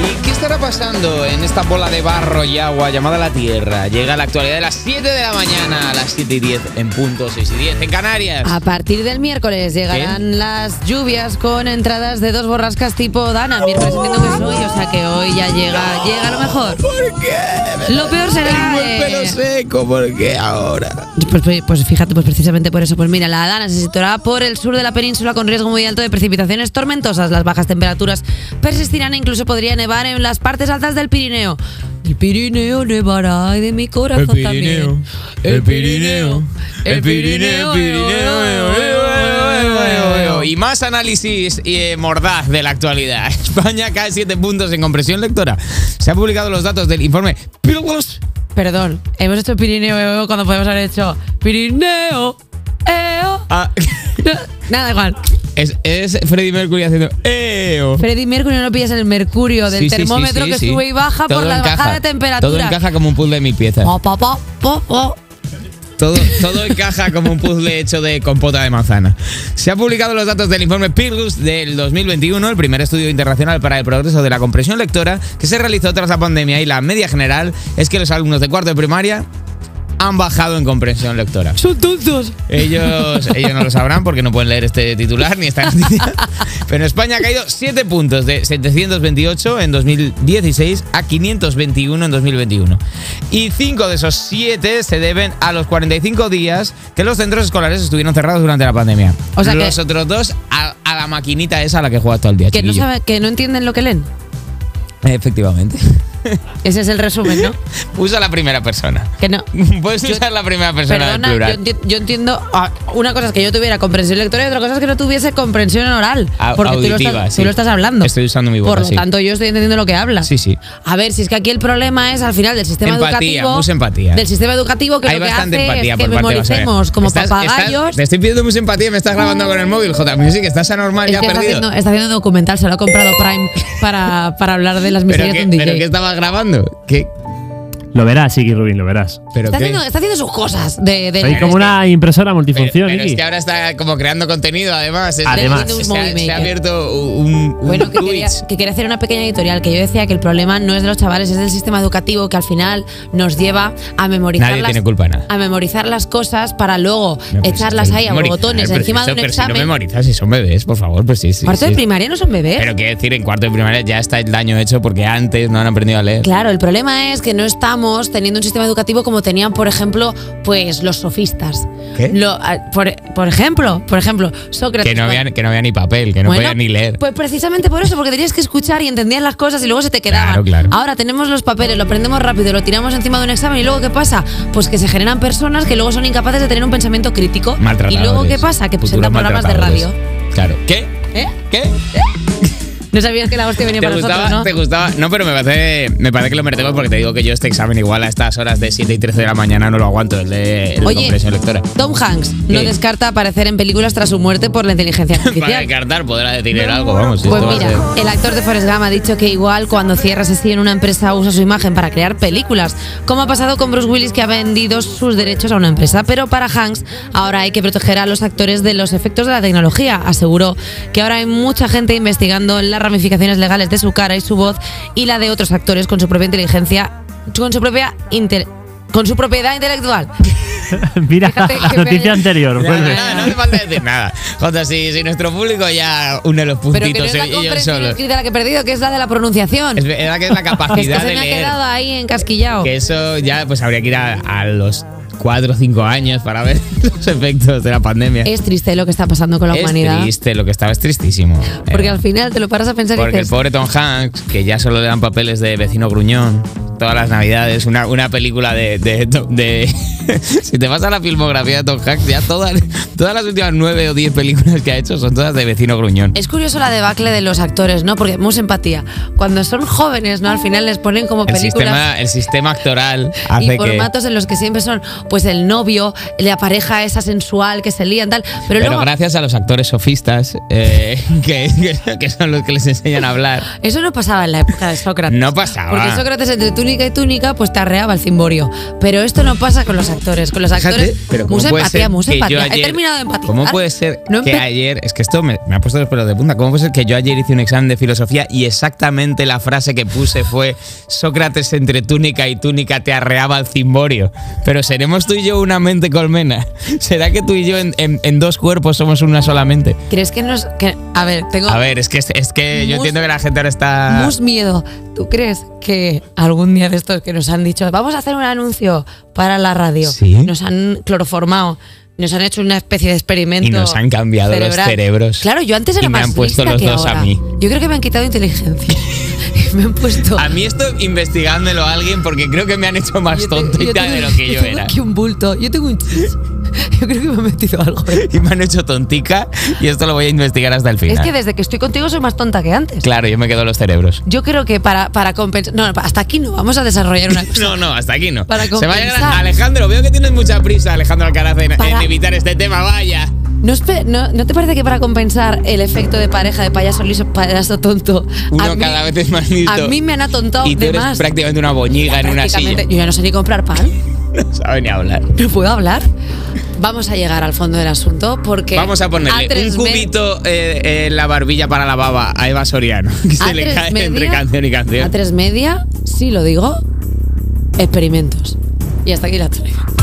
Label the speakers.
Speaker 1: ¿Y qué estará pasando en esta bola de barro y agua llamada la Tierra? Llega la actualidad de las 7 de la mañana a las 7 y 10 en punto 6 y 10 en Canarias.
Speaker 2: Ah,
Speaker 3: A partir del miércoles llegarán las lluvias con entradas de dos borrascas tipo Dana. Miércoles entiendo que es hoy, o sea que hoy ya llega, llega lo mejor.
Speaker 1: ¿Por qué?
Speaker 3: Lo peor será.
Speaker 1: Tengo
Speaker 3: eh,
Speaker 1: el pelo seco, ¿por qué ahora?
Speaker 3: Pues, pues- pues fíjate, pues precisamente por eso. Pues mira, la Dana se situará por el sur de la península con riesgo muy alto de precipitaciones tormentosas. Las bajas temperaturas persistirán e incluso podría nevar en las partes altas del Pirineo. El Pirineo nevará y de mi corazón
Speaker 2: El Pirineo,
Speaker 3: también.
Speaker 2: el Pirineo, el Pirineo, eh, oh, el Pirineo, eh, oh,
Speaker 1: Y más análisis eh, mordaz de la actualidad. España cae 7 puntos en compresión lectora. Se han publicado los datos del informe Pilgrims
Speaker 3: Perdón, hemos hecho Pirineo eo, cuando podemos haber hecho Pirineo. eo.
Speaker 1: Ah,
Speaker 3: No, nada igual.
Speaker 1: es, es Freddie Mercury haciendo EO.
Speaker 3: Freddie Mercury no lo pillas en el mercurio del
Speaker 1: Sí, sí, sí,
Speaker 3: termómetro
Speaker 1: sí,
Speaker 3: que
Speaker 1: sí.
Speaker 3: sube y baja
Speaker 1: Todo
Speaker 3: por la
Speaker 1: encaja.
Speaker 3: bajada de temperatura.
Speaker 1: Todo encaja como un puzzle de mil piezas.
Speaker 3: Po, po, po, po, po.
Speaker 1: Todo, todo encaja como un puzzle hecho de compota de manzana. Se han publicado los datos del informe Pirgus del 2021, el primer estudio internacional para el progreso de la compresión lectora, que se realizó tras la pandemia y la media general es que los alumnos de cuarto de primaria han bajado en comprensión lectora.
Speaker 3: Son tontos.
Speaker 1: Ellos, ellos no lo sabrán porque no pueden leer este titular ni esta noticia. Pero España ha caído 7 puntos de 728 en 2016 a 521 en 2021. Y 5 de esos 7 se deben a los 45 días que los centros escolares estuvieron cerrados durante la pandemia.
Speaker 3: O sea que-
Speaker 1: los otros dos a, a la maquinita esa a la que juegas todo el día.
Speaker 3: Que no,
Speaker 1: chiquillo.
Speaker 3: sabe- que no entienden lo que leen.
Speaker 1: Efectivamente.
Speaker 3: Ese es el resumen, ¿no?
Speaker 1: Usa la primera persona.
Speaker 3: Que no.
Speaker 1: Puedes usar la primera persona del
Speaker 3: Perdona,
Speaker 1: plural.
Speaker 3: yo, enti- yo entiendo. ah, Una cosa es que yo tuviera comprensión lectora y otra cosa es que no tuviese comprensión oral.
Speaker 1: A-
Speaker 3: Porque tú, lo
Speaker 1: auditiva,
Speaker 3: estás, tú
Speaker 1: sí.
Speaker 3: lo estás hablando.
Speaker 1: Estoy usando mi voz,
Speaker 3: Por lo
Speaker 1: sí.
Speaker 3: tanto, yo estoy entendiendo lo que habla.
Speaker 1: Sí, sí.
Speaker 3: A ver, si es que aquí el problema es al final del sistema
Speaker 1: Empatía,
Speaker 3: educativo.
Speaker 1: mucha empatía.
Speaker 3: Del sistema educativo que
Speaker 1: Hay
Speaker 3: lo que
Speaker 1: bastante
Speaker 3: hace
Speaker 1: empatía
Speaker 3: es
Speaker 1: por
Speaker 3: que
Speaker 1: parte de Basabel.
Speaker 3: memoricemos como
Speaker 1: Estás- estás-
Speaker 3: papagayos.
Speaker 1: te estoy pidiendo mucha empatía y me estás grabando con el móvil, J Music. Estás anormal,
Speaker 3: Es
Speaker 1: ya
Speaker 3: que está,
Speaker 1: perdido.
Speaker 3: haciendo, está haciendo un documental, se lo ha comprado Prime para, para hablar de las
Speaker 1: ¿Pero
Speaker 3: miserias de
Speaker 1: qué,
Speaker 3: un DJ.
Speaker 1: ¿Pero qué estabas grabando? ¿Qué?
Speaker 2: Lo verás, Iggy Rubin, lo verás.
Speaker 1: ¿Pero
Speaker 3: Está
Speaker 1: qué?
Speaker 3: haciendo, está haciendo sus cosas de,
Speaker 1: Eh,
Speaker 3: de-
Speaker 2: Hay como una impresora
Speaker 1: Pero,
Speaker 2: multifunción,
Speaker 1: pero es
Speaker 2: Iggy.
Speaker 1: que ahora está como creando contenido, además. Es-
Speaker 2: Además.
Speaker 1: se, ha, se ha abierto un, un
Speaker 3: Bueno, que
Speaker 1: Twitch.
Speaker 3: quería, que quería hacer una pequeña editorial, que yo decía que el problema no es de los chavales, es del sistema educativo que al final nos lleva a memorizar,
Speaker 1: Nadie
Speaker 3: las,
Speaker 1: tiene culpa de nada.
Speaker 3: a memorizar las cosas para luego echarlas ahí a
Speaker 1: Memorizar,
Speaker 3: botones
Speaker 1: pero
Speaker 3: encima
Speaker 1: eso,
Speaker 3: de un
Speaker 1: pero
Speaker 3: examen.
Speaker 1: Si no memorizas, si son bebés, por favor, pues sí, sí.
Speaker 3: Cuarto
Speaker 1: sí.
Speaker 3: de primaria no son bebés.
Speaker 1: Pero quiero decir, en cuarto de primaria ya está el daño hecho porque antes no han aprendido a leer.
Speaker 3: Claro, el problema es que no estamos teniendo un sistema educativo como tenían, por ejemplo, pues los sofistas.
Speaker 1: ¿Qué?
Speaker 3: Lo- ah, por, por ejemplo, por ejemplo, Sócrates.
Speaker 1: Que no, había, que no había ni papel, que no
Speaker 3: Bueno,
Speaker 1: podía ni leer.
Speaker 3: Pues precisamente por eso, porque tenías que escuchar y entendías las cosas y luego se te quedaban.
Speaker 1: Claro, claro.
Speaker 3: Ahora tenemos los papeles, lo aprendemos rápido, lo tiramos encima de un examen y luego ¿qué pasa? Pues que se generan personas que luego son incapaces de tener un pensamiento crítico. Y
Speaker 1: Maltratadores.
Speaker 3: luego ¿qué pasa? Que pues,
Speaker 1: Futuros
Speaker 3: presentan programas de radio.
Speaker 1: maltratadores. Claro. ¿Qué?
Speaker 3: ¿Eh?
Speaker 1: ¿Qué?
Speaker 3: No sabías que la hostia venía
Speaker 1: ¿Te
Speaker 3: para
Speaker 1: gustaba?
Speaker 3: nosotros,
Speaker 1: ¿Te
Speaker 3: ¿no?
Speaker 1: gustaba? No, pero me parece, me parece que lo merecemos porque te digo que yo este examen igual a estas horas de 7 y 13 de la mañana no lo aguanto, el de, el de
Speaker 3: Oye,
Speaker 1: comprensión lectora.
Speaker 3: Tom Hanks no
Speaker 1: ¿Qué?
Speaker 3: descarta aparecer en películas tras su muerte por la inteligencia
Speaker 1: Para
Speaker 3: artificial.
Speaker 1: descartar podrá decir él algo, vamos. si
Speaker 3: Pues
Speaker 1: esto va a
Speaker 3: mira,
Speaker 1: ser-
Speaker 3: el actor de Forrest Gump ha dicho que igual cuando cierras así en una empresa usa su imagen para crear películas, como ha pasado con Bruce Willis que ha vendido sus derechos a una empresa. Pero para Hanks ahora hay que proteger a los actores de los efectos de la tecnología. Aseguró que ahora hay mucha gente investigando las ramificaciones legales de su cara y su voz y la de otros actores con su propia inteligencia, con su propia inte- con su propiedad intelectual.
Speaker 2: Mira
Speaker 3: Fíjate que
Speaker 2: la
Speaker 3: me-
Speaker 2: noticia anterior.
Speaker 1: Nada,
Speaker 2: vuelve.
Speaker 1: nada, no hace falta decir nada. Jota, si, si nuestro público ya une los
Speaker 3: Pero que no
Speaker 1: puntitos
Speaker 3: es la
Speaker 1: ellos
Speaker 3: comprensión
Speaker 1: solos.
Speaker 3: escrita la que he perdido, que es la de la pronunciación.
Speaker 1: Es verdad que es la
Speaker 3: Que es que
Speaker 1: capacidad
Speaker 3: se
Speaker 1: de
Speaker 3: me ha
Speaker 1: leer.
Speaker 3: quedado ahí encasquillado.
Speaker 1: Que eso ya pues habría que ir a, a los 4 o 5 años para ver los efectos de la pandemia.
Speaker 3: Es triste lo que está pasando con la
Speaker 1: Es
Speaker 3: humanidad.
Speaker 1: triste, lo que estaba es tristísimo.
Speaker 3: Porque
Speaker 1: Eh,
Speaker 3: al final te lo paras a pensar y
Speaker 1: porque el
Speaker 3: dices,
Speaker 1: pobre Tom Hanks, que ya solo le dan papeles de vecino gruñón, todas las navidades, una, una película de, de, de- Si te vas a la filmografía de Tom Hanks, ya todas, Todas las últimas nueve o diez películas que ha hecho son todas de vecino gruñón.
Speaker 3: Es curioso la debacle de los actores, ¿no? Porque mucha empatía. Cuando son jóvenes, ¿no? Al final les ponen como
Speaker 1: El
Speaker 3: películas
Speaker 1: sistema, el sistema actoral
Speaker 3: y
Speaker 1: hace que.
Speaker 3: formatos en los que siempre son pues el novio, la pareja esa sensual que se lían tal, pero,
Speaker 1: Pero
Speaker 3: luego
Speaker 1: gracias a los actores sofistas, eh, que, que- que son los que les enseñan a hablar.
Speaker 3: eso no pasaba en la época de Sócrates.
Speaker 1: No pasaba.
Speaker 3: Porque Sócrates entre túnica y túnica pues tarreaba el cimborio, pero esto no pasa con los actores, con los actores
Speaker 1: Fíjate, pero ¿cómo
Speaker 3: mucha
Speaker 1: puede
Speaker 3: empatía,
Speaker 1: ser
Speaker 3: mucha
Speaker 1: que yo
Speaker 3: empatía. He
Speaker 1: ayer-
Speaker 3: terminado de empatizar.
Speaker 1: ¿Cómo puede ser
Speaker 3: No
Speaker 1: que
Speaker 3: empe-
Speaker 1: ayer, es que esto me, me ha puesto los pelos de punta, ¿cómo puede ser que yo ayer hice un examen de filosofía y exactamente la frase que puse fue Sócrates entre túnica y túnica te arreaba al cimborio? Pero ¿seremos tú y yo una mente colmena? ¿Será que tú y yo en, en- en dos cuerpos somos una sola mente?
Speaker 3: ¿Crees que nos que- a ver, tengo
Speaker 1: A ver, ah. es que, es que yo
Speaker 3: Mus-
Speaker 1: entiendo que la gente ahora está...
Speaker 3: Mus miedo. ¿Tú crees que algún día de estos que nos han dicho, vamos a hacer un anuncio para la radio?
Speaker 1: Sí.
Speaker 3: Nos han cloroformado. Nos han hecho una especie de experimento.
Speaker 1: Y nos han cambiado los cerebros.
Speaker 3: Claro, yo antes
Speaker 1: Y
Speaker 3: era
Speaker 1: me
Speaker 3: más
Speaker 1: han puesto
Speaker 3: lista
Speaker 1: los
Speaker 3: que
Speaker 1: dos a
Speaker 3: ahora.
Speaker 1: mí.
Speaker 3: Yo creo que me han quitado inteligencia. me han puesto.
Speaker 1: A mí esto investigádmelo a alguien porque creo que me han hecho más
Speaker 3: Yo te- yo
Speaker 1: tontita
Speaker 3: tengo-
Speaker 1: de lo que yo
Speaker 3: tengo
Speaker 1: era.
Speaker 3: aquí un bulto. Yo tengo un chis. Yo creo que me han metido algo.
Speaker 1: Y me han hecho tontica y esto lo voy a investigar hasta el final.
Speaker 3: Es que desde que estoy contigo soy más tonta que antes.
Speaker 1: Claro, yo me quedo los cerebros.
Speaker 3: Yo creo que para, para compensar. No, hasta aquí no vamos a desarrollar una cosa.
Speaker 1: No, no, hasta aquí no.
Speaker 3: Para
Speaker 1: Se va a llegar-
Speaker 3: compensar.
Speaker 1: Alejandro, veo que tienes mucha prisa, Alejandro Alcaraz, en,
Speaker 3: Para-
Speaker 1: en evitar este tema, vaya.
Speaker 3: ¿No, espe- no, no te parece que para compensar el efecto de pareja de payaso liso, payaso tonto,
Speaker 1: Uno cada vez es más listo.
Speaker 3: A mí me han atontado
Speaker 1: Y tú
Speaker 3: de
Speaker 1: eres
Speaker 3: más.
Speaker 1: prácticamente una boñiga en una
Speaker 3: Prácticamente,
Speaker 1: silla.
Speaker 3: Yo ya no sé ni comprar pan,
Speaker 1: No sabe ni hablar.
Speaker 3: no puedo hablar. Vamos a llegar al fondo del asunto porque.
Speaker 1: Vamos a ponerle
Speaker 3: tres
Speaker 1: un
Speaker 3: me-
Speaker 1: cubito eh, en la barbilla para la baba a Eva Soriano, que
Speaker 3: a
Speaker 1: se le
Speaker 3: tres
Speaker 1: cae
Speaker 3: media-
Speaker 1: entre canción y canción.
Speaker 3: A tres media, sí lo digo, experimentos. Y hasta aquí la actualidad.